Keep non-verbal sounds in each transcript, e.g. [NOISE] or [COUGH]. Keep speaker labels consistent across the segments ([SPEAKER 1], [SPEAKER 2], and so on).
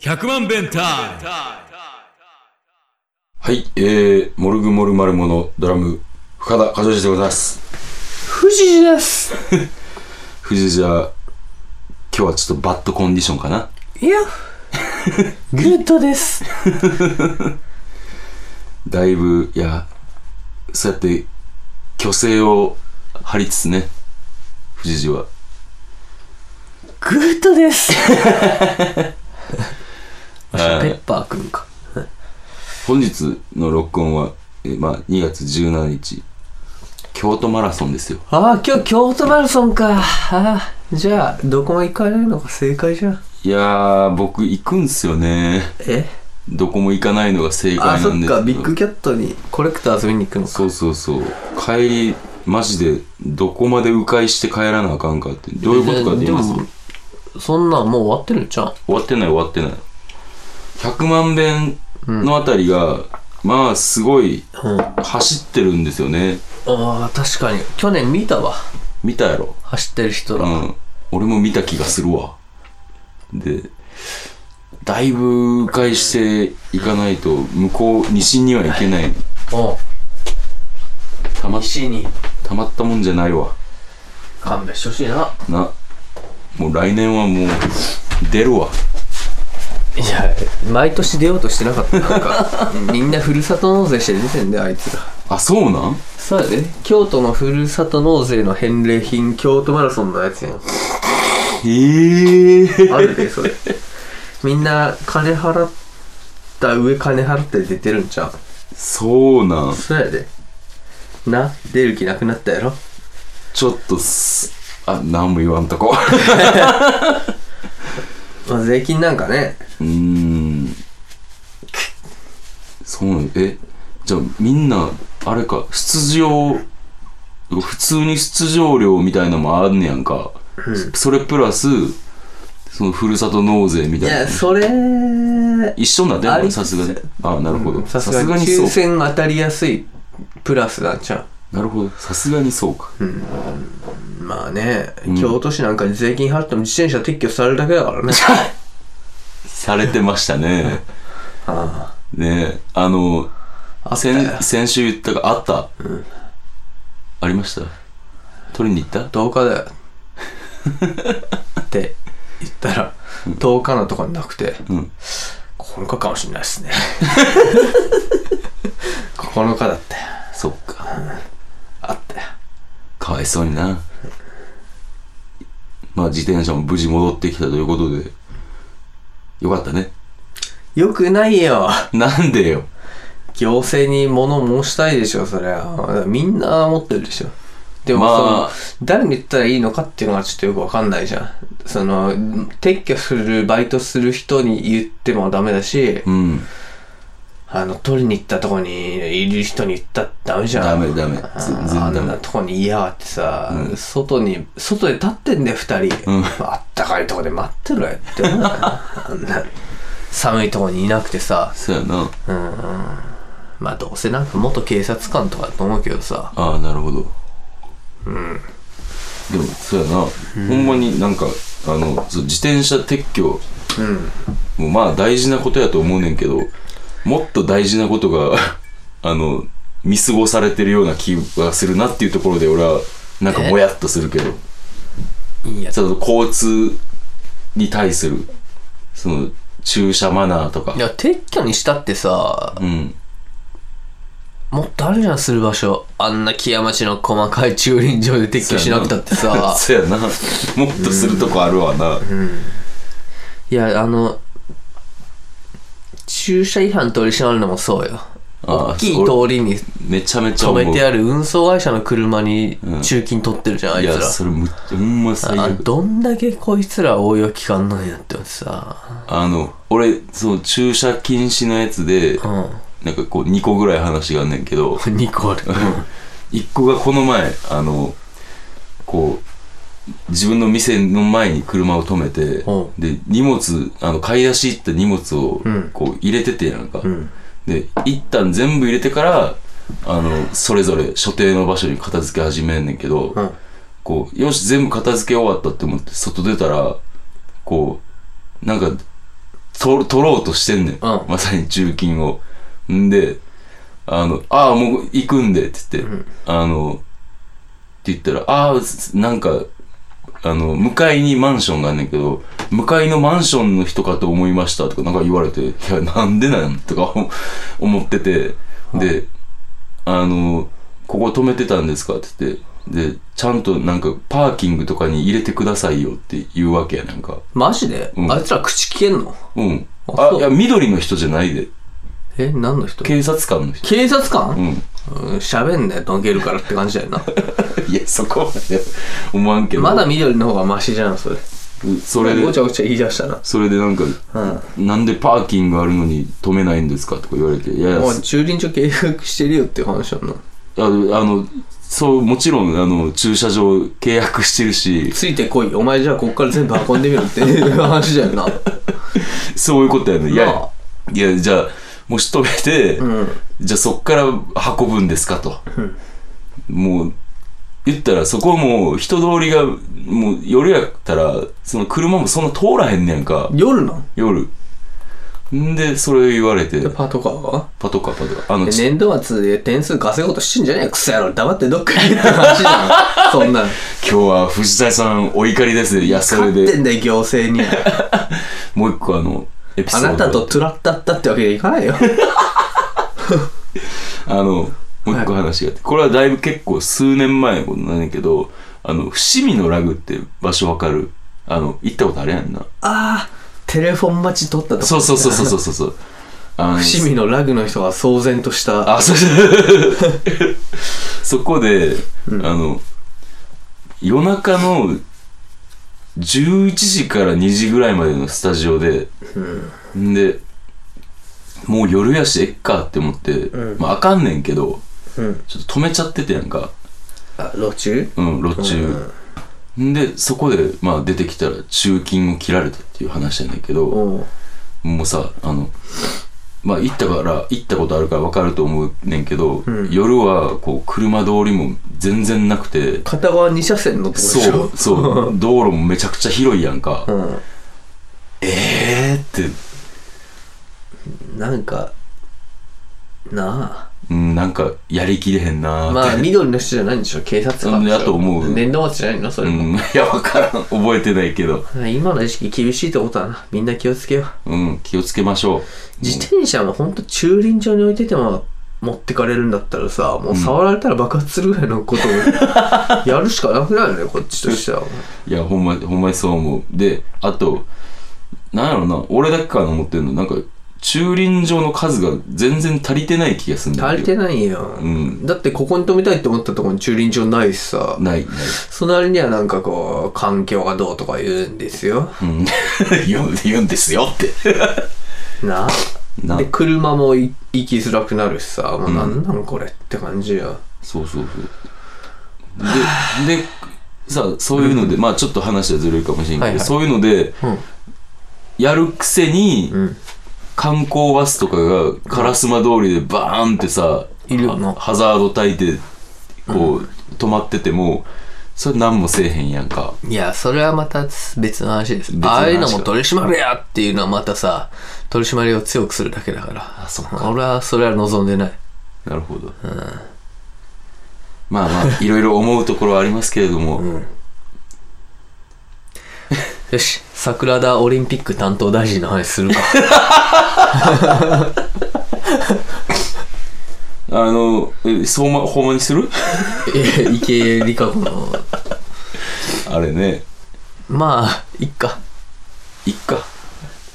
[SPEAKER 1] 100万弁タイム
[SPEAKER 2] はい、えー、モルグモルマルモのドラム、深田和義でございます。富士です。富士じゃ、今日はちょっとバッドコンディションかな。
[SPEAKER 3] いや、グッドです。
[SPEAKER 2] だいぶ、いや、そうやって、虚勢を張りつつね、富士は。
[SPEAKER 3] グッドです。
[SPEAKER 2] [LAUGHS]
[SPEAKER 3] ペ
[SPEAKER 2] はい
[SPEAKER 3] ッパーくんか。
[SPEAKER 2] 本日の録音は、えーまあ、2月17日、京都マラソンですよ。
[SPEAKER 3] ああ、今日京都マラソンか。ああ、じゃあ、どこも行かれるのが正解じゃん。
[SPEAKER 2] いやー、僕行くんすよね。
[SPEAKER 3] え
[SPEAKER 2] どこも行かないのが正
[SPEAKER 3] あ、
[SPEAKER 2] 解
[SPEAKER 3] そ
[SPEAKER 2] なん
[SPEAKER 3] っ
[SPEAKER 2] ですけど
[SPEAKER 3] か、ビッグキャットにコレクター遊びに行くのか。
[SPEAKER 2] そうそうそう帰りマジでどこまで迂回して帰らなあかんかってどういうことかって言います
[SPEAKER 3] でもそんなんもう終わってるじゃん。
[SPEAKER 2] 終わってない終わってない100万遍のあたりが、まあすごい
[SPEAKER 3] うん。あ
[SPEAKER 2] 走ってるんですよね
[SPEAKER 3] あ、確かに。去年見たわ。
[SPEAKER 2] 見たやろ
[SPEAKER 3] 走ってる人
[SPEAKER 2] う
[SPEAKER 3] ら。
[SPEAKER 2] ん俺も見た気がするわでだいぶ迂回していかないと向こう西には行けない
[SPEAKER 3] おう
[SPEAKER 2] たま
[SPEAKER 3] 西に
[SPEAKER 2] たまったもんじゃないわ
[SPEAKER 3] 勘弁してほしいな。
[SPEAKER 2] なもう来年はもう出るわ
[SPEAKER 3] いや、毎年出ようとしてなかった。なんか、みんなふるさと納税して出てんだよ、あいつら。
[SPEAKER 2] あそうなん
[SPEAKER 3] そうやで、京都のふるさと納税の返礼品京都マラソンのやつやん
[SPEAKER 2] ええ
[SPEAKER 3] あるでそれみんな金払った上金払って出てるんちゃう
[SPEAKER 2] そうなん。
[SPEAKER 3] そうやでな出る気なくなったやろ
[SPEAKER 2] ちょっとす、あ、なんも言わんとこ。
[SPEAKER 3] まあ税金なんかね
[SPEAKER 2] うーん。そうなんえ、じゃあみんな、あれか、出場、普通に出場料みたいなのもあんねやんか。それプラス、そのふるさと納税み
[SPEAKER 3] い
[SPEAKER 2] たいな。
[SPEAKER 3] やそれ
[SPEAKER 2] 一緒なんだ
[SPEAKER 3] あ
[SPEAKER 2] よ、
[SPEAKER 3] り
[SPEAKER 2] さすがに。あ、なるほど。
[SPEAKER 3] さ
[SPEAKER 2] さ
[SPEAKER 3] す
[SPEAKER 2] す
[SPEAKER 3] が
[SPEAKER 2] が
[SPEAKER 3] に
[SPEAKER 2] に
[SPEAKER 3] 抽
[SPEAKER 2] そう。
[SPEAKER 3] 選当たりやすいプラスなんちゃ
[SPEAKER 2] なるほど。さすがにそうか。
[SPEAKER 3] うまあね、
[SPEAKER 2] うん
[SPEAKER 3] 京都市なんかに税金払っても自転車撤去されるだけだ
[SPEAKER 2] [LAUGHS]
[SPEAKER 3] からね
[SPEAKER 2] されてましたね。
[SPEAKER 3] あ
[SPEAKER 2] ねえ、あの、
[SPEAKER 3] あったよ
[SPEAKER 2] 先先週言ったがあった、ありました取りに行った
[SPEAKER 3] 10日だよ
[SPEAKER 2] [LAUGHS]
[SPEAKER 3] って言ったら、10日のとこになくて
[SPEAKER 2] うん
[SPEAKER 3] 9日かもしれないですね
[SPEAKER 2] [LAUGHS]
[SPEAKER 3] 9日だったよ
[SPEAKER 2] そっか
[SPEAKER 3] あったよ
[SPEAKER 2] かわいそうになまあ自転車も無事戻ってきたということでよかったね
[SPEAKER 3] よくないよ
[SPEAKER 2] なんでよ
[SPEAKER 3] 行政に物申したいでしょそりゃみんな持ってるでしょでも、
[SPEAKER 2] まあ
[SPEAKER 3] その誰に言ったらいいのかっていうのがちょっとよくわかんないじゃんその撤去するバイトする人に言ってもダメだし
[SPEAKER 2] うん
[SPEAKER 3] あの取りに行ったとこにいる人に言ったらダメじゃん
[SPEAKER 2] ダメダメ
[SPEAKER 3] あ
[SPEAKER 2] 全然
[SPEAKER 3] あん
[SPEAKER 2] ダ
[SPEAKER 3] な
[SPEAKER 2] メ
[SPEAKER 3] とこにいやがってさ、
[SPEAKER 2] うん
[SPEAKER 3] 外に外で立ってんだよ2人、
[SPEAKER 2] うん
[SPEAKER 3] あったかいとこで待ってろよって思うよなあんな寒いとこにいなくてさ
[SPEAKER 2] そうやな
[SPEAKER 3] うんうんまあどうせなんか元警察官とかだと思うけどさ
[SPEAKER 2] ああなるほどうんでもそうやな、ほんまになんかあのそう自転車撤去
[SPEAKER 3] うん
[SPEAKER 2] もうまあ大事なことやと思うねんけど、もっと大事なことが、 [LAUGHS] あの、見過ごされてるような気がするなっていうところで俺は、なんか
[SPEAKER 3] え
[SPEAKER 2] もやっとするけど、
[SPEAKER 3] いいや
[SPEAKER 2] ちょっと交通に対する、その、駐車マナーとか
[SPEAKER 3] い、や撤去にしたってさ
[SPEAKER 2] うん。
[SPEAKER 3] もっとあるじゃんする場所あんな木屋町の細かい駐輪場で撤去しなくたってさ
[SPEAKER 2] [LAUGHS] そうやな。もっとするとこあるわな。
[SPEAKER 3] いや、あの、駐車違反取り締まるのもそうよ。
[SPEAKER 2] あー
[SPEAKER 3] 大きい通りに
[SPEAKER 2] めちゃめちゃ
[SPEAKER 3] 止
[SPEAKER 2] 思う。
[SPEAKER 3] めてある運送会社の車に駐金取ってるじゃん、あい
[SPEAKER 2] いや、
[SPEAKER 3] つ
[SPEAKER 2] それむっちゃ、ほんま最
[SPEAKER 3] ら。あ
[SPEAKER 2] 悪。
[SPEAKER 3] どんだけこいつら応用期間なんやってさ。
[SPEAKER 2] あの、俺、その駐車禁止のやつで、
[SPEAKER 3] うん。
[SPEAKER 2] なんかこう2個ぐらい話があんねんけど、
[SPEAKER 3] 2個あ
[SPEAKER 2] [LAUGHS]
[SPEAKER 3] る。
[SPEAKER 2] 一個がこの前あのこう自分の店の前に車を止めて
[SPEAKER 3] おう
[SPEAKER 2] で荷物あの買い出し行った荷物を
[SPEAKER 3] うん
[SPEAKER 2] こう入れててやんか、
[SPEAKER 3] うん。
[SPEAKER 2] で一旦全部入れてからあのそれぞれ所定の場所に片付け始めんねんけど、
[SPEAKER 3] うん。
[SPEAKER 2] こうよし全部片付け終わったって思って外出たらこうなんかと取ろうとしてんねん、
[SPEAKER 3] うん
[SPEAKER 2] まさに中金をんであの「ああもう行くんで」って言って、
[SPEAKER 3] うん
[SPEAKER 2] あのって言ったら「ああなんかあの向かいにマンションがあんねんけど向かいのマンションの人かと思いました」とかなんか言われて「いやなんでなん?」とか思思っててで「あのここ止めてたんですか?」って言って。で、ちゃんとなんかパーキングとかに入れてくださいよって言うわけや、なんか。
[SPEAKER 3] マジで、
[SPEAKER 2] うん
[SPEAKER 3] あいつら口消えんの
[SPEAKER 2] うん。
[SPEAKER 3] あ
[SPEAKER 2] あ、
[SPEAKER 3] そう
[SPEAKER 2] いや、緑の人じゃないで。
[SPEAKER 3] え何の人
[SPEAKER 2] 警察官の人。
[SPEAKER 3] 警察
[SPEAKER 2] う
[SPEAKER 3] 官
[SPEAKER 2] ん。
[SPEAKER 3] うん喋、ん、ねどけるからって感じだよな
[SPEAKER 2] いや、そこまで思わんけど。
[SPEAKER 3] まだ緑の方がマシじゃんそれ
[SPEAKER 2] うんそれで
[SPEAKER 3] ごち、ゃごちゃ言い出したな
[SPEAKER 2] それでなんか、
[SPEAKER 3] うん
[SPEAKER 2] なんでパーキングあるのに止めないんですかとか言われて、いやいや、
[SPEAKER 3] もう駐輪場契約してるよっていう話なの
[SPEAKER 2] ああの、そう、もちろん、あの、駐車場契約してるし、 [LAUGHS]
[SPEAKER 3] ついてこいお前じゃあこっから全部運んでみろっていう話だよな
[SPEAKER 2] そういうことやね。い
[SPEAKER 3] なあ
[SPEAKER 2] や、いや、じゃあ、もし止めて、
[SPEAKER 3] うん
[SPEAKER 2] じゃあそっから運ぶんですかと。もう、言ったらそこはもう人通りが、もう夜やったら、その車もそんな通らへんねやんか、
[SPEAKER 3] 夜なん
[SPEAKER 2] 夜。んで、それ言われて
[SPEAKER 3] で、パトカーが
[SPEAKER 2] パトカーパトカー。あの、
[SPEAKER 3] で
[SPEAKER 2] ち
[SPEAKER 3] 年度末で点数稼ごうとしてんじゃねえよクソ野郎黙ってどっか行けって話じ
[SPEAKER 2] [LAUGHS]
[SPEAKER 3] ゃんそんなの
[SPEAKER 2] 今日は藤田さんお怒りですね。いや、それ
[SPEAKER 3] 勝って
[SPEAKER 2] で、
[SPEAKER 3] んだよ行政に
[SPEAKER 2] もう一個あの、エピソ
[SPEAKER 3] あ
[SPEAKER 2] ードが
[SPEAKER 3] なたとトゥラッタッタってわけにはいかないよ
[SPEAKER 2] あの、もう一個話があって、これはだいぶ結構数年前のことなんだけど、あの、伏見のラグって場所わかるあの、行ったことあるやんな。
[SPEAKER 3] ああテレフォン待ち取ったとこ
[SPEAKER 2] そうそうそうそうそうそう。あの
[SPEAKER 3] 伏見のラグの人が騒然とした
[SPEAKER 2] あ、そうそう。そこで、あの、夜中の11時から2時ぐらいまでのスタジオで、ん、で、もう夜やし、えっかって思って、
[SPEAKER 3] うん
[SPEAKER 2] まあ、あかんねんけど、
[SPEAKER 3] うん
[SPEAKER 2] ちょっと止めちゃっててやんか、
[SPEAKER 3] あ路中
[SPEAKER 2] うん、路中。ん、で、そこで、まあ、出てきたら、中金を切られたっていう話やねんけど、
[SPEAKER 3] うんうん
[SPEAKER 2] もうさあのまあ行ったから行ったことあるから分かると思うねんけど、
[SPEAKER 3] ん
[SPEAKER 2] 夜はこう車通りも全然なくて
[SPEAKER 3] 片側2車線のとこでし
[SPEAKER 2] そ
[SPEAKER 3] ょ
[SPEAKER 2] うそう
[SPEAKER 3] [LAUGHS]
[SPEAKER 2] 道路もめちゃくちゃ広いやんか、
[SPEAKER 3] うん
[SPEAKER 2] ええー、って、
[SPEAKER 3] なんかな
[SPEAKER 2] うん、なんかやりきれへんなーっ
[SPEAKER 3] あ
[SPEAKER 2] て、
[SPEAKER 3] まあ緑の人じゃないんでしょ警察官でしょ
[SPEAKER 2] うんだと思う
[SPEAKER 3] 年度末じゃないのそれ
[SPEAKER 2] う
[SPEAKER 3] も、
[SPEAKER 2] ん、い [LAUGHS] や分からん覚えてないけど、
[SPEAKER 3] 今の意識厳しいってことだなみんな気をつけよう
[SPEAKER 2] うん、気をつけましょう
[SPEAKER 3] 自転車もほんと駐輪場に置いてても持ってかれるんだったらさもう触られたら爆発するぐらいのこと
[SPEAKER 2] [LAUGHS]
[SPEAKER 3] をやるしかなくなるねこっちとしてはい
[SPEAKER 2] やほんまほんまにそう思うであとなんやろな俺だけかな思ってるのなんか駐輪場の数が全然足りてない気がするんだ
[SPEAKER 3] 足り
[SPEAKER 2] けど
[SPEAKER 3] てないよ、
[SPEAKER 2] うん
[SPEAKER 3] だってここに止めたいって思ったところに駐輪場ないしさ
[SPEAKER 2] ないない
[SPEAKER 3] その割にはなんかこう環境がどうとか言うんですよ
[SPEAKER 2] うん、 [LAUGHS] 言うん言うんですよって。
[SPEAKER 3] な
[SPEAKER 2] な
[SPEAKER 3] で車もい行きづらくなるしさもうなんなんこれって感じよ、
[SPEAKER 2] そうそうそう。で、で、さ、そういうので、まあちょっと話はずるいかもしれんけど、
[SPEAKER 3] はいはい
[SPEAKER 2] そういうので、
[SPEAKER 3] うん
[SPEAKER 2] やるくせに、
[SPEAKER 3] ん
[SPEAKER 2] 観光バスとかが烏丸通りでバーンってさ、
[SPEAKER 3] いるよな
[SPEAKER 2] ハザード焚いて、こう、止まってても、それ何もせえへんやんか。
[SPEAKER 3] いや、それはまた別の話です。
[SPEAKER 2] の話
[SPEAKER 3] ああいうのも取り締まれやっていうのはまたさ、取り締まりを強くするだけだから。
[SPEAKER 2] そっ
[SPEAKER 3] 俺はそれは望んでない。
[SPEAKER 2] なるほど。まあまあ、いろいろ思うところはありますけれども、
[SPEAKER 3] [LAUGHS] よし、桜田オリンピック担当大臣の話す [LAUGHS] るか。
[SPEAKER 2] あの、えそうま、ほんまにする
[SPEAKER 3] いや池江璃花子の。
[SPEAKER 2] あれね。
[SPEAKER 3] まあ、いっか。
[SPEAKER 2] いっか。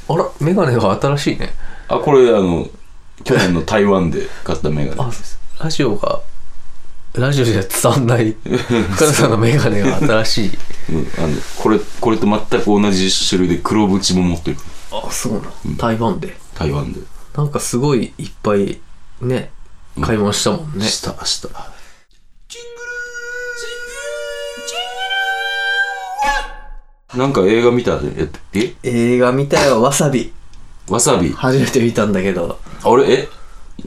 [SPEAKER 3] あら、メガネが新しいね。
[SPEAKER 2] あ、これ、あの、去年の台湾で買ったメガネ
[SPEAKER 3] あ。、ラジオが、ラジオじゃ伝わん [LAUGHS] ない。深田さんのメガネが新しい。
[SPEAKER 2] うん、あの、これ、これと全く同じ種類で黒縁も持ってる。
[SPEAKER 3] あ、そうな。台湾で。
[SPEAKER 2] 台湾で。
[SPEAKER 3] なんかすごいいっぱい、ね、買い物したもんね。
[SPEAKER 2] した、した。なんか映画見たで、ええ
[SPEAKER 3] 映画見たよ、わさび。
[SPEAKER 2] わさび。
[SPEAKER 3] 初めて見たんだけど。
[SPEAKER 2] あれ、え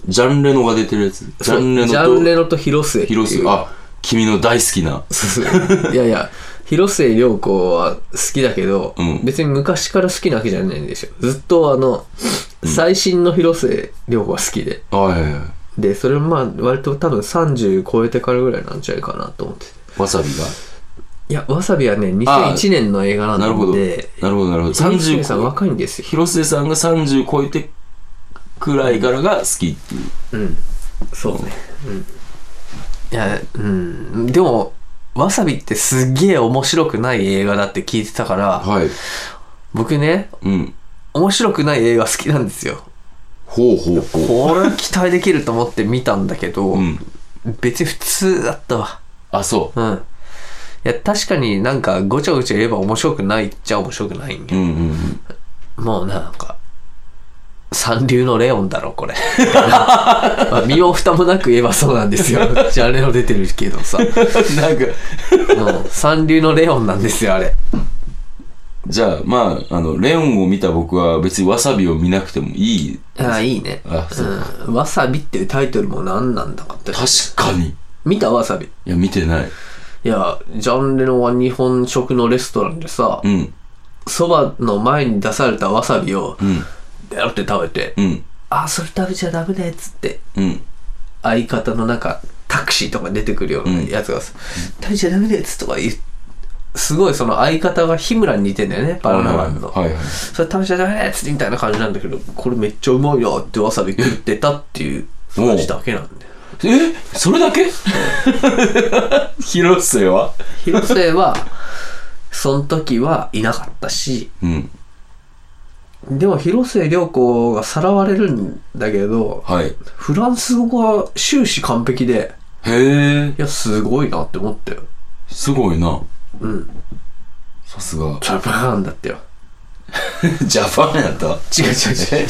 [SPEAKER 2] ジャンレノが出てるやつジャンレ
[SPEAKER 3] ジャンレ
[SPEAKER 2] ノと
[SPEAKER 3] ノと広末っていう。
[SPEAKER 2] 広瀬。あ、君の大好きな。
[SPEAKER 3] そうそういやいや、広末涼子は好きだけど、
[SPEAKER 2] うん
[SPEAKER 3] 別に昔から好きなわけじゃないんですよ。ずっとあの、最新の広末涼子が好きで。
[SPEAKER 2] はいはいは
[SPEAKER 3] で、それもまあ、割と多分30超えてからぐらいなんじゃないかなと思ってて。
[SPEAKER 2] いわさび
[SPEAKER 3] いや、わさびはね、
[SPEAKER 2] あー
[SPEAKER 3] 2001年の映画
[SPEAKER 2] が
[SPEAKER 3] な
[SPEAKER 2] なるほ
[SPEAKER 3] ん
[SPEAKER 2] ど
[SPEAKER 3] で、
[SPEAKER 2] なるほどなるほど
[SPEAKER 3] 広末さん
[SPEAKER 2] 30
[SPEAKER 3] 若いんですよ。
[SPEAKER 2] 広末さんが30超えてくらいからが好きっていう
[SPEAKER 3] うん。そうね。うん。いや、うん。でも、わさびってすっげえ面白くない映画だって聞いてたから、
[SPEAKER 2] はい
[SPEAKER 3] 僕ね、
[SPEAKER 2] うん
[SPEAKER 3] 面白くない映画好きなんですよ。
[SPEAKER 2] ほうほうほ
[SPEAKER 3] これ期待できると思って見たんだけど、
[SPEAKER 2] ううん
[SPEAKER 3] 別に普通だったわ。
[SPEAKER 2] あそ
[SPEAKER 3] うん。いや、確かになんかごちゃごちゃ言えば面白くないっちゃ面白くないん
[SPEAKER 2] う
[SPEAKER 3] や。
[SPEAKER 2] うんうんうん
[SPEAKER 3] もうなんか、三流のレオンだろ、こ [LAUGHS] れ。まあ身も蓋もなく言えばそうなんですよ。ジャンレオ出てるけど
[SPEAKER 2] [LAUGHS]
[SPEAKER 3] さ。
[SPEAKER 2] なんか
[SPEAKER 3] うん三流のレオンなんですよ、あれ。
[SPEAKER 2] じゃあまああのレオンを見た僕は別にわさびを見なくてもいい
[SPEAKER 3] ああ、いいね。
[SPEAKER 2] あそう
[SPEAKER 3] うん。わさびっていうタイトルも何なんだかって。
[SPEAKER 2] 確かにい
[SPEAKER 3] 見たわさび。
[SPEAKER 2] や見てない
[SPEAKER 3] いや、ジャンレノは日本食のレストランでさ
[SPEAKER 2] う、ん
[SPEAKER 3] そばの前に出されたわさびを、
[SPEAKER 2] うん
[SPEAKER 3] やって食べて、
[SPEAKER 2] うん
[SPEAKER 3] あ、それ食べちゃダメだよ、つって。
[SPEAKER 2] うん
[SPEAKER 3] 相方のなんか、タクシーとか出てくるようなやつがさ、食べちゃダメだよ、つとか言う。すごいその相方が日村に似てんだよね、バナナマンの。
[SPEAKER 2] はいはい
[SPEAKER 3] それ食べちゃダメだやつみたいな感じなんだけど、これめっちゃうまいなってわさび食ってたっていう話だけなんで。
[SPEAKER 2] えそれだけ [LAUGHS] 広末は
[SPEAKER 3] [LAUGHS] 広末は、その時はいなかったし、
[SPEAKER 2] うん
[SPEAKER 3] でも広末涼子がさらわれるんだけど、
[SPEAKER 2] はいへ
[SPEAKER 3] フランス語が終始完璧で、
[SPEAKER 2] え
[SPEAKER 3] いや、すごいなって思ったよ。
[SPEAKER 2] すごいな
[SPEAKER 3] うん。
[SPEAKER 2] さすが [LAUGHS]
[SPEAKER 3] トラビアンだってよ。
[SPEAKER 2] ジャパンやった
[SPEAKER 3] 違う違う違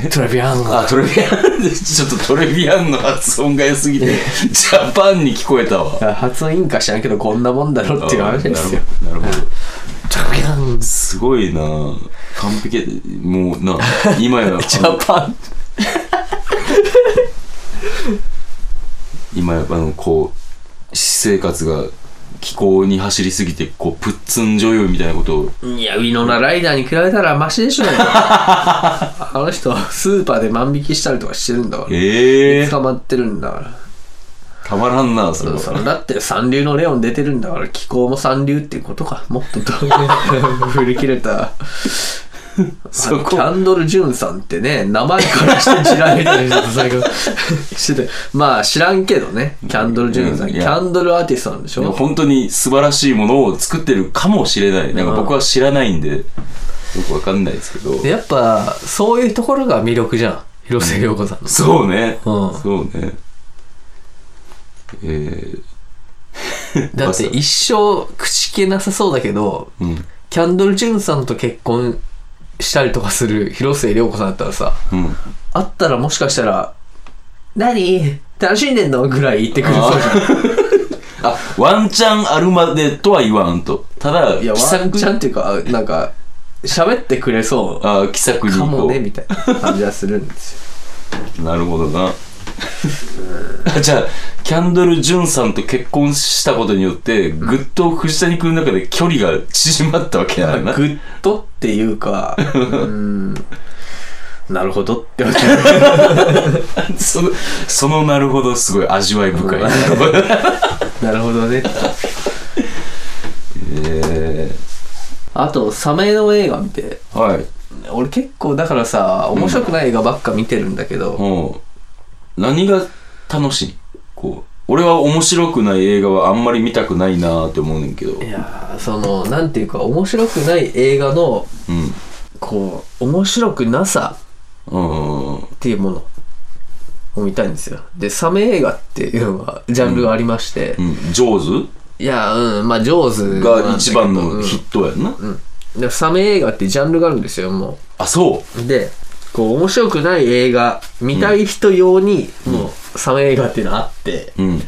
[SPEAKER 3] う違う。トラビアンが。
[SPEAKER 2] あトレビアンちょっとトレビアンの発音が良すぎ
[SPEAKER 3] [LAUGHS]
[SPEAKER 2] てジャパンに聞こえたわ
[SPEAKER 3] 発音いいんか知らんけど、こんなもんだろっていう話ですよ。
[SPEAKER 2] なるほどなるほど
[SPEAKER 3] トラビアン。ジ
[SPEAKER 2] すごいな完璧やでもうな今
[SPEAKER 3] [LAUGHS]
[SPEAKER 2] や
[SPEAKER 3] ャパン。
[SPEAKER 2] 今やっぱあのこう私生活が気候に走りすぎてこうプッツン女優みたいなことを
[SPEAKER 3] いや、ウィノナライダーに比べたらマシでし
[SPEAKER 2] [LAUGHS]
[SPEAKER 3] ょうよ。あの人はスーパーで万引きしたりとかしてるんだから。
[SPEAKER 2] ええー、
[SPEAKER 3] 捕まってるんだから。
[SPEAKER 2] たまらんなそれ
[SPEAKER 3] そう
[SPEAKER 2] は
[SPEAKER 3] そう。だって三流のレオン出てるんだから、気候も三流っていうことか。もっとど
[SPEAKER 2] [LAUGHS]
[SPEAKER 3] ういう振り切れた。
[SPEAKER 2] そこ
[SPEAKER 3] あキャンドル・ジュンさんってね、名前からして知られてる人
[SPEAKER 2] [LAUGHS]
[SPEAKER 3] と最後してて。まあ知らんけどね、キャンドル・ジュンさん。
[SPEAKER 2] い
[SPEAKER 3] キ
[SPEAKER 2] や
[SPEAKER 3] ャンドルアーティストなんでしょ
[SPEAKER 2] 本当に素晴らしいものを作ってるかもしれないなんか僕は知らないんでよくわかんないですけど
[SPEAKER 3] やっぱ、そういうところが魅力じゃん。広瀬涼子さんの。
[SPEAKER 2] そうね、
[SPEAKER 3] うん
[SPEAKER 2] そうねえー、
[SPEAKER 3] だって一生口気なさそうだけど、
[SPEAKER 2] うん
[SPEAKER 3] キャンドル・ジュンさんと結婚したりとかする広末涼子さんだったらさ、
[SPEAKER 2] うん
[SPEAKER 3] 会ったらもしかしたら、何楽しんでんのぐらい言ってくるそうじ
[SPEAKER 2] あワンチャンあるまでとは言わんとただ
[SPEAKER 3] ゃん。いや、
[SPEAKER 2] 気
[SPEAKER 3] ワ
[SPEAKER 2] さ
[SPEAKER 3] ン
[SPEAKER 2] く
[SPEAKER 3] ちゃんっていうか、なんか、喋ってくれそ
[SPEAKER 2] あー気さく
[SPEAKER 3] う
[SPEAKER 2] に
[SPEAKER 3] か
[SPEAKER 2] こ
[SPEAKER 3] も
[SPEAKER 2] う
[SPEAKER 3] ね、みたいな感じはするん [LAUGHS] ですよ。
[SPEAKER 2] なるほどな [LAUGHS] あじゃあキャンドル・ジュンさんと結婚したことによってぐっと藤谷君の中で距離が縮まったわけだな
[SPEAKER 3] グッドっていうか、 [LAUGHS] うーん、なるほどって思って。
[SPEAKER 2] [LAUGHS] そのそのなるほどすごい味わい深い、
[SPEAKER 3] [LAUGHS] なるほどね。
[SPEAKER 2] [LAUGHS] え
[SPEAKER 3] あと、サメの映画見て、
[SPEAKER 2] ー、はい
[SPEAKER 3] 俺結構だからさ、面白くない映画ばっか見てるんだけど、
[SPEAKER 2] もう何が楽しいこう俺は面白くない映画はあんまり見たくないなーって思うねんけど
[SPEAKER 3] いやーそのなんていうか面白くない映画の
[SPEAKER 2] うん
[SPEAKER 3] こう面白くなさ
[SPEAKER 2] うん
[SPEAKER 3] っていうものを見たいんですよでサメ映画っていうのがジャンルがありまして、
[SPEAKER 2] うんジョー
[SPEAKER 3] いやーうんまあジョーズ
[SPEAKER 2] ズが一番
[SPEAKER 3] なん
[SPEAKER 2] の
[SPEAKER 3] だけ
[SPEAKER 2] ヒ
[SPEAKER 3] ど
[SPEAKER 2] ットやんな、
[SPEAKER 3] うんうんでサメ映画ってジャンルがあるんですよも
[SPEAKER 2] あそう
[SPEAKER 3] でこう面白くない映画見たい人用に、もうサメ映画っていうのあって、
[SPEAKER 2] ううん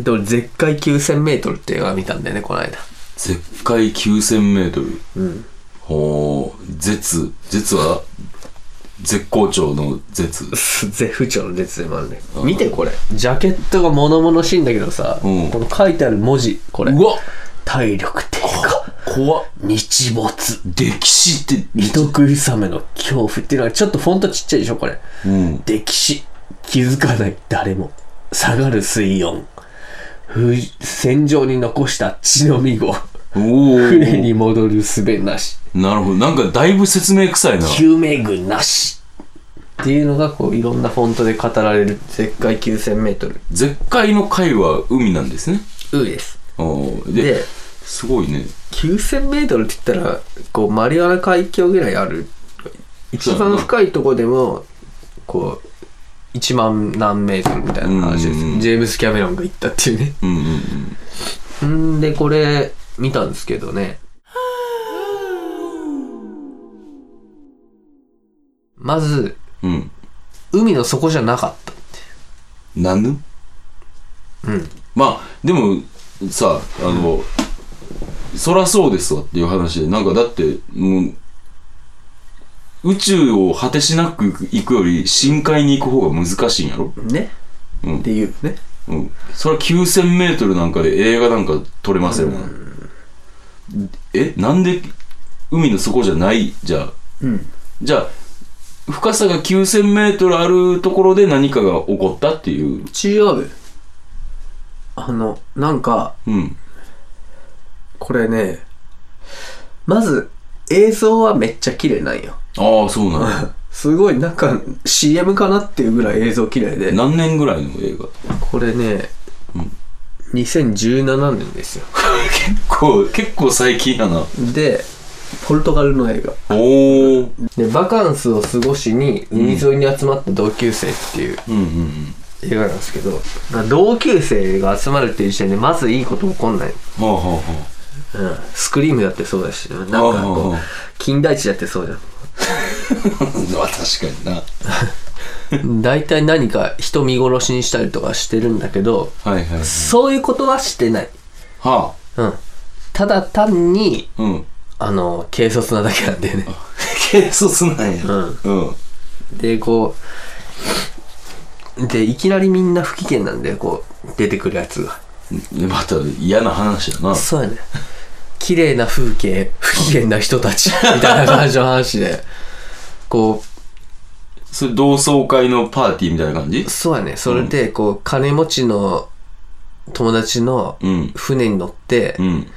[SPEAKER 3] で俺絶海 9000m っていう映画見たんだよねこの間
[SPEAKER 2] 絶海 9000m
[SPEAKER 3] うん
[SPEAKER 2] ほう絶絶は絶好調の絶。
[SPEAKER 3] [LAUGHS] 絶不調の列でもあるね。見てこれ。ジャケットが物々しいんだけどさ、
[SPEAKER 2] うん
[SPEAKER 3] この書いてある文字、これ。
[SPEAKER 2] うわ
[SPEAKER 3] 体力低下、
[SPEAKER 2] 怖っ。
[SPEAKER 3] 日没、
[SPEAKER 2] 歴史って、
[SPEAKER 3] 人食いサメの恐怖っていうのがちょっとフォントちっちゃいでしょ、これ。
[SPEAKER 2] うん。
[SPEAKER 3] 歴史気づかない誰も下がる水温ふ戦場に残した血のみご
[SPEAKER 2] お
[SPEAKER 3] 船
[SPEAKER 2] [LAUGHS] ー。
[SPEAKER 3] に戻る術なし
[SPEAKER 2] なるほど。なんかだいぶ説明臭いな。
[SPEAKER 3] 救命具なしっていうのがこういろんなフォントで語られる絶海 9000m
[SPEAKER 2] 絶海の海は海なんですね。
[SPEAKER 3] うです
[SPEAKER 2] あーで、
[SPEAKER 3] です
[SPEAKER 2] ごいね。
[SPEAKER 3] 9000m って言ったらこうマリアナ海峡ぐらいある一番深いとこでもこう1万何メートルみたいな話です、
[SPEAKER 2] うんうん
[SPEAKER 3] ジェームス・キャメロンが行ったっていうね
[SPEAKER 2] うんうんうん。
[SPEAKER 3] んでこれ見たんですけどねまず
[SPEAKER 2] うん。
[SPEAKER 3] 海の底じゃなかった
[SPEAKER 2] なぬ
[SPEAKER 3] うん
[SPEAKER 2] まあ、でも、さ、あの、そらそうですわっていう話で、なんかだって、もう、宇宙を果てしなく行くより深海に行く方が難しいんやろ
[SPEAKER 3] ね、
[SPEAKER 2] うん
[SPEAKER 3] っていうね
[SPEAKER 2] うん。それは9000メートルなんかで映画なんか撮れませんもん。え、なんで海の底じゃないじゃあ。
[SPEAKER 3] うん
[SPEAKER 2] じゃあ、深さが9000メートルあるところで何かが起こったっていう。
[SPEAKER 3] 違うあのなんか
[SPEAKER 2] うん。
[SPEAKER 3] これねまず映像はめっちゃ綺麗なんよ [LAUGHS]
[SPEAKER 2] ああ、そうなん [LAUGHS] だ。
[SPEAKER 3] すごいなんか CM かなっていうぐらい映像綺麗で
[SPEAKER 2] 何年ぐらいの映画 [LAUGHS]
[SPEAKER 3] これね、2017年ですよ
[SPEAKER 2] 結構、結構最近やな。
[SPEAKER 3] でポルトガルの映画
[SPEAKER 2] おー。
[SPEAKER 3] でバカンスを過ごしに海沿いに集まった同級生っていう
[SPEAKER 2] うんうん
[SPEAKER 3] 映画なんですけど、まあ同級生が集まるっていう時点でまずいいこと起こんない、
[SPEAKER 2] うん。はあはあ [LAUGHS] は
[SPEAKER 3] うん、スクリームだってそうだしなんか
[SPEAKER 2] あ
[SPEAKER 3] こ
[SPEAKER 2] あああ
[SPEAKER 3] う金田一だってそうじゃん
[SPEAKER 2] あ。まあ確かにな。
[SPEAKER 3] 大体何か人見殺しにしたりとかしてるんだけど
[SPEAKER 2] はいはい。
[SPEAKER 3] そういうことはしてない、
[SPEAKER 2] は
[SPEAKER 3] うん、ただ単に
[SPEAKER 2] あ。うん。 [LAUGHS]
[SPEAKER 3] あの軽率なだけなんだよね
[SPEAKER 2] 軽率なんや。うん。
[SPEAKER 3] でこうでいきなりみんな不機嫌なんだよこう出てくるやつが
[SPEAKER 2] でまた嫌な話やな。
[SPEAKER 3] そうやね綺麗な風景不機嫌な人た [LAUGHS] ちみたいな感じの話でこ
[SPEAKER 2] それ同窓会のパーティーみたいな感じ
[SPEAKER 3] うそうやねそれでこう金持ちの友達の
[SPEAKER 2] うん。
[SPEAKER 3] 船に乗って
[SPEAKER 2] うん。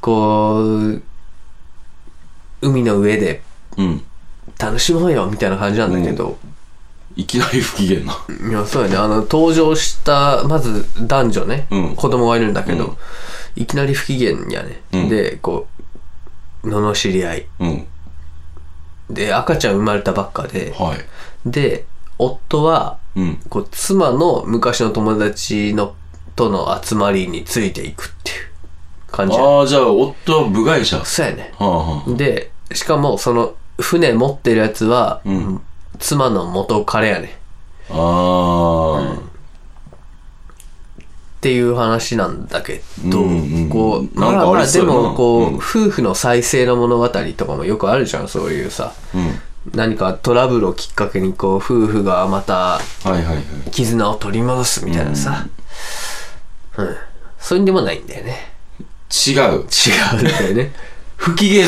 [SPEAKER 3] こう海の上で
[SPEAKER 2] うん。
[SPEAKER 3] 楽しもうよみたいな感じなんだけど、
[SPEAKER 2] いきなり不機嫌な。
[SPEAKER 3] いやそうやねあの登場したまず男女ね、
[SPEAKER 2] うん
[SPEAKER 3] 子供がいるんだけど、
[SPEAKER 2] うん
[SPEAKER 3] いきなり不機嫌やね、
[SPEAKER 2] うん
[SPEAKER 3] でこう罵り合い
[SPEAKER 2] うん。
[SPEAKER 3] で赤ちゃん生まれたばっかで
[SPEAKER 2] は。
[SPEAKER 3] で夫はい
[SPEAKER 2] うん。
[SPEAKER 3] こう妻の昔の友達のとの集まりについていくっていう感じや
[SPEAKER 2] ああ、じゃあ、夫は部外者。は
[SPEAKER 3] そうやね
[SPEAKER 2] あはあ。
[SPEAKER 3] でしかもその船持ってるやつは、
[SPEAKER 2] ん
[SPEAKER 3] 妻の元彼やね
[SPEAKER 2] あ
[SPEAKER 3] っていう話なんだけど、
[SPEAKER 2] うんうん
[SPEAKER 3] こう
[SPEAKER 2] なんかありそうやな
[SPEAKER 3] まあまあでもこう、
[SPEAKER 2] うん
[SPEAKER 3] 夫婦の再生の物語とかもよくあるじゃんそういうさ
[SPEAKER 2] あ。うん。
[SPEAKER 3] 何かトラブルをきっかけにこう夫婦がまた
[SPEAKER 2] はいはいはい。
[SPEAKER 3] 絆を取り戻すみたいなさ、うんそういうんでもないんだよね
[SPEAKER 2] 違う。
[SPEAKER 3] 違うんだよね
[SPEAKER 2] 不機嫌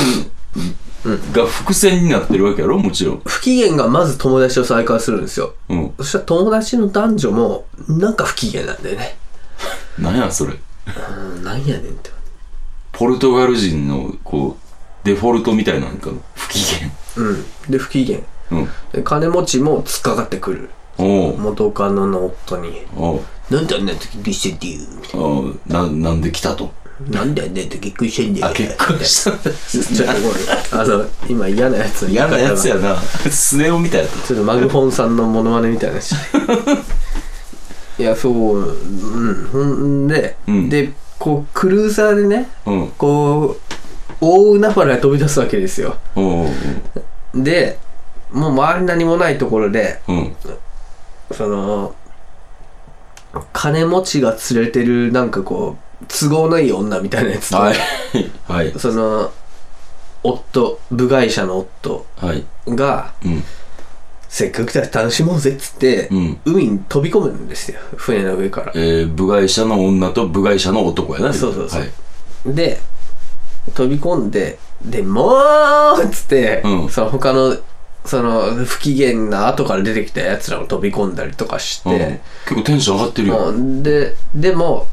[SPEAKER 2] が伏線になってるわけやろもちろん。
[SPEAKER 3] [LAUGHS] 不機嫌がまず友達と再会するんですよ
[SPEAKER 2] うん。
[SPEAKER 3] そしたら友達の男女もなんか不機嫌なんだよね
[SPEAKER 2] なんやそれ。
[SPEAKER 3] うんなんやねんって
[SPEAKER 2] ポルトガル人の、こう、デフォルトみたいなんかの不機
[SPEAKER 3] うんで不機嫌
[SPEAKER 2] 嫌。うん。
[SPEAKER 3] で金持ちも突っかかってくる
[SPEAKER 2] おう。
[SPEAKER 3] 元カノの夫に
[SPEAKER 2] おう。
[SPEAKER 3] なんであんな時びっしてんだよみた
[SPEAKER 2] おうな、なんで来たと。
[SPEAKER 3] いな。なんであんな時びっくりしてんだよ。
[SPEAKER 2] あ、結婚したんだ。
[SPEAKER 3] ち [LAUGHS] ょっとごめん。あの、今嫌なやつの言い
[SPEAKER 2] 嫌
[SPEAKER 3] 方が
[SPEAKER 2] なやつやな。スネ夫みたいやった。
[SPEAKER 3] ちょっとマグホンさんのモノマネみたいな [LAUGHS] し。いや、そう、うん。ほんで、
[SPEAKER 2] うん
[SPEAKER 3] で、こう、クルーザーでね、
[SPEAKER 2] うん。
[SPEAKER 3] こう、大海原へ飛び出すわけですよ。
[SPEAKER 2] おうおう
[SPEAKER 3] で、もう周り何もないところで、
[SPEAKER 2] おう。うん。
[SPEAKER 3] その、金持ちが連れてる、なんかこう、都合のいい女みたいなやつと、
[SPEAKER 2] はい。はい。
[SPEAKER 3] その夫部外者の夫
[SPEAKER 2] はい。
[SPEAKER 3] が
[SPEAKER 2] うん。
[SPEAKER 3] せっかくだし楽しもうぜっつって、
[SPEAKER 2] うん
[SPEAKER 3] 海に飛び込むんですよ船の上から
[SPEAKER 2] えー部外者の女と部外者の男やな
[SPEAKER 3] そうそうそう
[SPEAKER 2] はい、
[SPEAKER 3] で飛び込んででもうっつって、
[SPEAKER 2] うん
[SPEAKER 3] その他のその不機嫌な後から出てきたやつらも飛び込んだりとかし
[SPEAKER 2] うん
[SPEAKER 3] て、
[SPEAKER 2] 結構テンション上がってるよ、
[SPEAKER 3] うん、ででも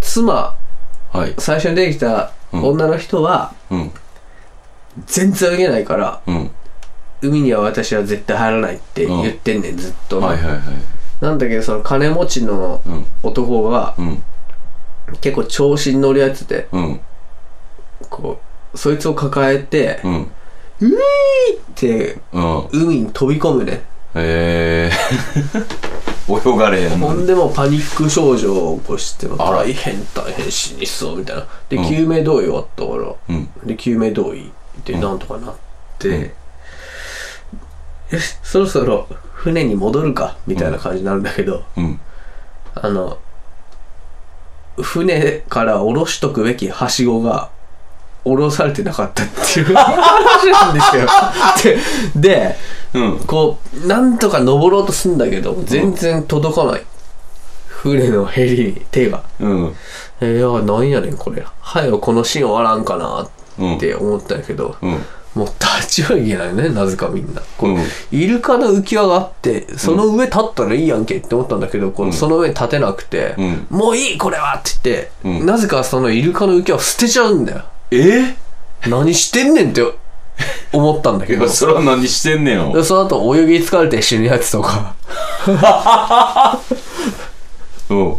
[SPEAKER 3] 妻
[SPEAKER 2] はい
[SPEAKER 3] 最初に出てきた女の人は
[SPEAKER 2] うん
[SPEAKER 3] 全然泳げないから
[SPEAKER 2] うん
[SPEAKER 3] 海には私は絶対入らないって言ってんねん、ずっと、
[SPEAKER 2] はいはいはい
[SPEAKER 3] なんだけどその金持ちの
[SPEAKER 2] うん
[SPEAKER 3] 男が
[SPEAKER 2] うん
[SPEAKER 3] 結構調子に乗るやつで
[SPEAKER 2] うん
[SPEAKER 3] こうそいつを抱えて、
[SPEAKER 2] うん
[SPEAKER 3] って
[SPEAKER 2] うん
[SPEAKER 3] 海に飛び込むね
[SPEAKER 2] えー、 [LAUGHS] 泳がれやん
[SPEAKER 3] ほんでもうパニック症状を起こしても
[SPEAKER 2] あら
[SPEAKER 3] 大変大変死にそうみたいなで
[SPEAKER 2] うん
[SPEAKER 3] 救命胴衣終わったから
[SPEAKER 2] うん
[SPEAKER 3] で救命胴衣で
[SPEAKER 2] うん
[SPEAKER 3] なんとかなって、
[SPEAKER 2] うん
[SPEAKER 3] よしそろそろ船に戻るかみたいな感じになるんだけど、
[SPEAKER 2] うん
[SPEAKER 3] あの船から下ろしとくべきはしごが下ろされてなかったっていう [LAUGHS] 話なんですよ。でで
[SPEAKER 2] うん
[SPEAKER 3] こうなんとか登ろうとすんだけど全然届かない、船のヘリに手が。
[SPEAKER 2] うん
[SPEAKER 3] えー、いやなんやねんこれ早くこのシーン終わらんかな
[SPEAKER 2] うん
[SPEAKER 3] って思ったんやけど、
[SPEAKER 2] うん
[SPEAKER 3] もう立ちはいけないねなぜかみんなこ
[SPEAKER 2] うん
[SPEAKER 3] うイルカの浮き輪があってその上立ったらいいやんけって思ったんだけどこ
[SPEAKER 2] うん
[SPEAKER 3] うその上立てなくて、
[SPEAKER 2] うん
[SPEAKER 3] もういいこれはって言って、
[SPEAKER 2] うん
[SPEAKER 3] なぜかそのイルカの浮き輪を捨てちゃうんだよ
[SPEAKER 2] えー、
[SPEAKER 3] 何してんねんって思ったんだけ
[SPEAKER 2] い
[SPEAKER 3] ど
[SPEAKER 2] やそれは何してんねんよ
[SPEAKER 3] でその後泳ぎ疲れて死ぬやつとか
[SPEAKER 2] うん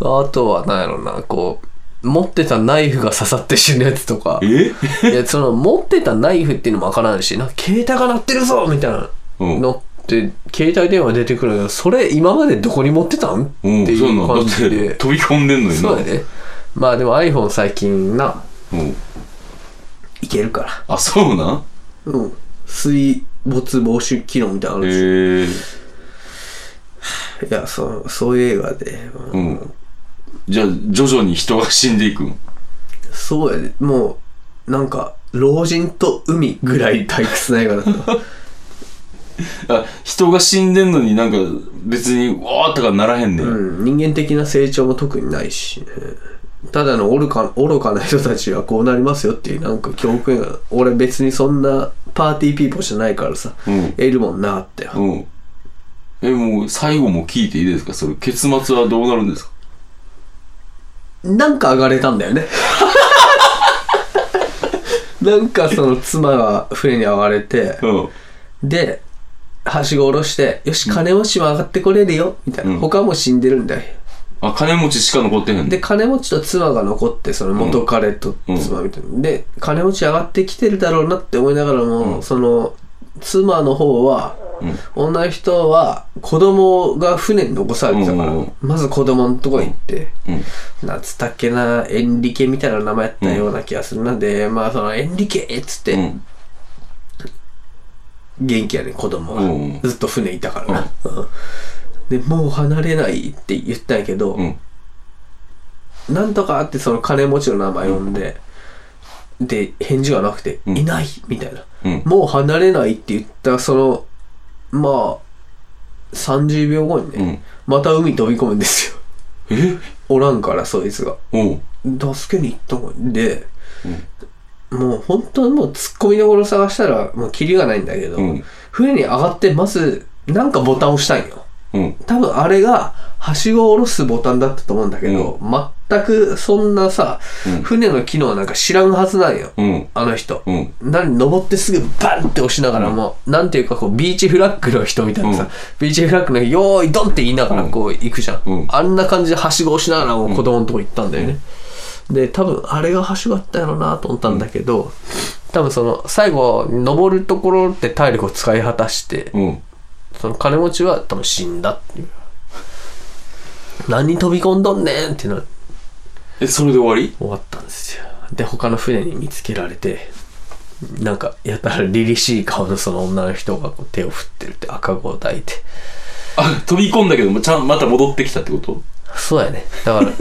[SPEAKER 3] あとは何やろなこう持ってたナイフが刺さって死ぬやつとか
[SPEAKER 2] え
[SPEAKER 3] いやその持ってたナイフっていうのもわからんしな携帯が鳴ってるぞみたいな
[SPEAKER 2] うん
[SPEAKER 3] のって携帯電話出てくるけどそれ今までどこに持ってたんって
[SPEAKER 2] うん、
[SPEAKER 3] い
[SPEAKER 2] そう
[SPEAKER 3] う
[SPEAKER 2] なんだ
[SPEAKER 3] 感
[SPEAKER 2] っ
[SPEAKER 3] じ
[SPEAKER 2] て
[SPEAKER 3] で
[SPEAKER 2] 飛び込んでんのよな
[SPEAKER 3] そうやねまあでも iPhone 最近な
[SPEAKER 2] うん
[SPEAKER 3] いけるか
[SPEAKER 2] あそうなん
[SPEAKER 3] らうん水没防止機能みたいなのあ
[SPEAKER 2] え
[SPEAKER 3] るし
[SPEAKER 2] ー、
[SPEAKER 3] いやそうそういう映画で、
[SPEAKER 2] う
[SPEAKER 3] うん
[SPEAKER 2] んじゃあ徐々に人が死んでいくん
[SPEAKER 3] そうやでもうなんか老人と海ぐらい退屈な映画だった
[SPEAKER 2] あ人が死んでんのになんか別にわーとかならへんねん、
[SPEAKER 3] うん人間的な成長も特にないしね、ただの愚か愚かな人たちはこうなりますよっていうなんか教訓が俺別にそんなパーティーピーポーじゃないからさ、
[SPEAKER 2] うん
[SPEAKER 3] 得るもんなかったよ、
[SPEAKER 2] うん。え、もう最後も聞いていいですかそれ、結末はどうなるんですか
[SPEAKER 3] なんか上がれたんだよね [LAUGHS] なんかその妻が船に上がれて
[SPEAKER 2] うん。
[SPEAKER 3] ではしご下ろして「よし金持ちも上がってこれるよ」みたいな、
[SPEAKER 2] うん
[SPEAKER 3] 他も死んでるんだよ
[SPEAKER 2] あ、金持ちしか残ってへんの
[SPEAKER 3] で金持ちと妻が残ってその元彼と妻みたいな、で金持ち上がってきてるだろうなって思いながらも、
[SPEAKER 2] うん
[SPEAKER 3] その妻の方は
[SPEAKER 2] うん。
[SPEAKER 3] 女の人は子供が船に残されてたから、
[SPEAKER 2] うんうんうん
[SPEAKER 3] まず子供のとこ行って、
[SPEAKER 2] うん。
[SPEAKER 3] なんつったっけなエンリケみたいな名前やったような気がするなんで、まあそのエンリケっつって、
[SPEAKER 2] うん。
[SPEAKER 3] 元気やね子供が、
[SPEAKER 2] うん
[SPEAKER 3] ずっと船いたからな、うんでもう離れないって言ったんやけど、
[SPEAKER 2] うん。
[SPEAKER 3] なんとかってその金持ちの名前呼んで、で、返事がなくて、
[SPEAKER 2] うん
[SPEAKER 3] いないみたいな。
[SPEAKER 2] うん。
[SPEAKER 3] もう離れないって言った、その、まあ、30秒後にね、
[SPEAKER 2] うん。
[SPEAKER 3] また海飛び込むんですよ。
[SPEAKER 2] え
[SPEAKER 3] おらんから、そいつが。
[SPEAKER 2] うん。
[SPEAKER 3] 助けに行ったのに。で、もう本当にもう突っ込みどころ探したら、もうキリがないんだけど、
[SPEAKER 2] うん。
[SPEAKER 3] 船に上がって、まず、なんかボタン押したんよ。
[SPEAKER 2] うん。
[SPEAKER 3] 多分あれが、はしごを下ろすボタンだったと思うんだけど、全くそんなさ、
[SPEAKER 2] うん
[SPEAKER 3] 船の機能なんか知らんはずなんよ、
[SPEAKER 2] うん。
[SPEAKER 3] あの人。
[SPEAKER 2] うん。
[SPEAKER 3] 何登ってすぐバンって押しながらも、なんていうかこうビーチフラッグの人みたいなさ、
[SPEAKER 2] うん
[SPEAKER 3] ビーチフラッグのよーいドンって言いながらこう行くじゃん、
[SPEAKER 2] うん
[SPEAKER 3] あんな感じではしご押しながらもう子供のとこ行ったんだよね、で多分あれがはしごだったやろうなと思ったんだけど、多分その最後登るところって体力を使い果たして、
[SPEAKER 2] うん。
[SPEAKER 3] その金持ちは多分死んだっていう何飛び込んどんねんってな
[SPEAKER 2] え、それで終わり
[SPEAKER 3] 終わったんですよで他の船に見つけられてなんかやたら凛々しい顔のその女の人がこう手を振ってるって赤子を抱いて
[SPEAKER 2] あ、飛び込んだけども、ちゃん、また戻ってきたってこと
[SPEAKER 3] そうやねだか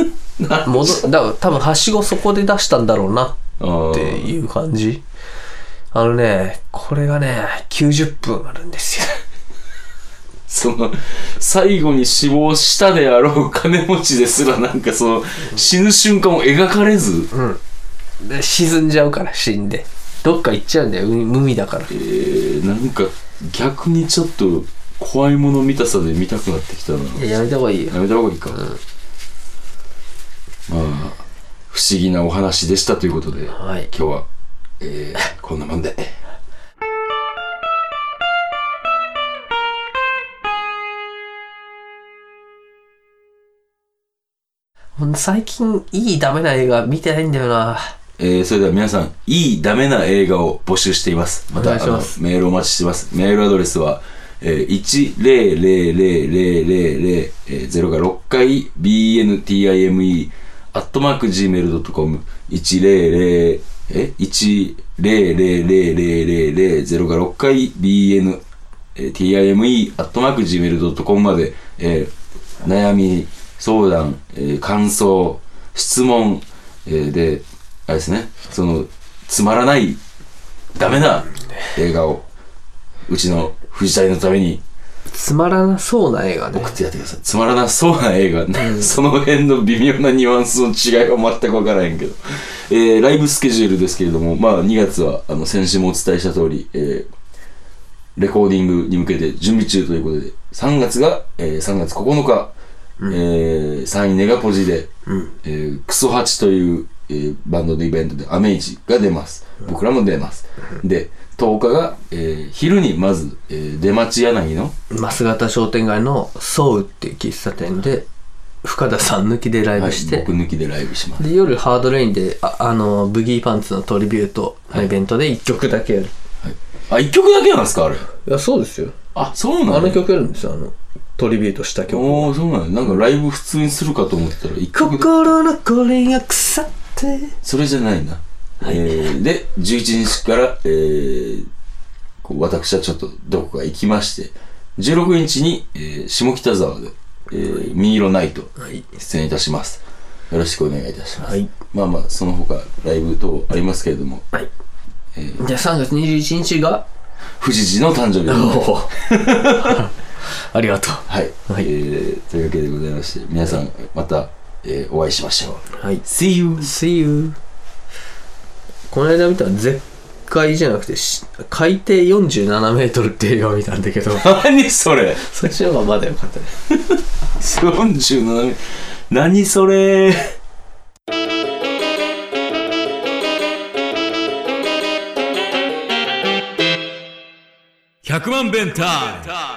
[SPEAKER 3] ら戻だから多分はしごそこで出したんだろうな
[SPEAKER 2] ああ
[SPEAKER 3] っていう感じあのねこれがね90分あるんですよ
[SPEAKER 2] その、最後に死亡したであろう金持ちですら、なんかその、死ぬ瞬間を描かれず、
[SPEAKER 3] で沈んじゃうから死んでどっか行っちゃうんだよ海海だから
[SPEAKER 2] えー、なんか、逆にちょっと、怖いもの見たさで見たくなってきたな。
[SPEAKER 3] いややめた方がいいよ
[SPEAKER 2] やめた方がいいか。まあ、不思議なお話でしたということで、今
[SPEAKER 3] はい
[SPEAKER 2] 日は、えー、こんなもんで。
[SPEAKER 3] ほんと最近いいダメな映画見てないんだよな
[SPEAKER 2] えーそれでは皆さん、いいダメな映画を募集しています。ま
[SPEAKER 3] お
[SPEAKER 2] た、
[SPEAKER 3] 願いします
[SPEAKER 2] あのメールお待ちしてます。メールアドレスは、えー、10000000、えー、0が6回、bntime、アットマーク gmail.com、100、え ?10000000、0が6回、bn、えー time、アットマーク gmail.com まで、えー悩み、相談、えー感想、質問、えーで、あれですね、その、つまらない、ダメな映画を、うちの藤谷のために
[SPEAKER 3] つまらなそうな映画ね
[SPEAKER 2] 送ってやってください。つまらなそうな映画、その辺の微妙なニュアンスの違いは全くわからへんけど、えーライブスケジュールですけれども、まあ、2月は、あの、先週もお伝えした通り、えーレコーディングに向けて準備中ということで、3月が、えー3月9日、えー3位ネガポジで、えークソハチという、えーバンドのイベントでアメージが出ます。僕らも出ます。で、10日が、えー昼にまず、えー出町柳の、
[SPEAKER 3] 増形商店街のソウっていう喫茶店で深田さん抜きでライ
[SPEAKER 2] は
[SPEAKER 3] ブ
[SPEAKER 2] い
[SPEAKER 3] して、
[SPEAKER 2] 僕抜きでライブします。
[SPEAKER 3] で夜ハードレインでああのブギーパンツのトリビュートのイベントで1曲だけやる、
[SPEAKER 2] あ、1曲だけなんですかあれ。
[SPEAKER 3] い、やそうですよ
[SPEAKER 2] あ、そうな
[SPEAKER 3] あ
[SPEAKER 2] の
[SPEAKER 3] の曲やるんですよあのトリビュートした曲
[SPEAKER 2] おー、そうなのなんかライブ普通にするかと思ってたら、1曲だけ。
[SPEAKER 3] 心のこれが腐って
[SPEAKER 2] それじゃないな。えーで、11日から、えーこう私はちょっとどこか行きまして、16日に、えー下北沢で、えー、ミイロナイト、
[SPEAKER 3] はい
[SPEAKER 2] 出演いたします。よろしくお願いいたします。
[SPEAKER 3] はい
[SPEAKER 2] まあまあ、その他、ライブ等ありますけれども、
[SPEAKER 3] はいじゃあ3月21日が
[SPEAKER 2] 富士寺の誕生日でございます
[SPEAKER 3] おお [LAUGHS] ありがと
[SPEAKER 2] はい、
[SPEAKER 3] はい
[SPEAKER 2] えーというわけでございまして皆さんまた、えーお会いしましょう
[SPEAKER 3] うはい
[SPEAKER 2] See you!
[SPEAKER 3] See you この間見た絶海じゃなくてし海底47メートルっていう映画を見たんだけ
[SPEAKER 2] [LAUGHS]
[SPEAKER 3] ど
[SPEAKER 2] 何そ [LAUGHS] れ
[SPEAKER 3] そっちの方がまだ良かったね
[SPEAKER 2] 47名何それ
[SPEAKER 1] 100万弁タイム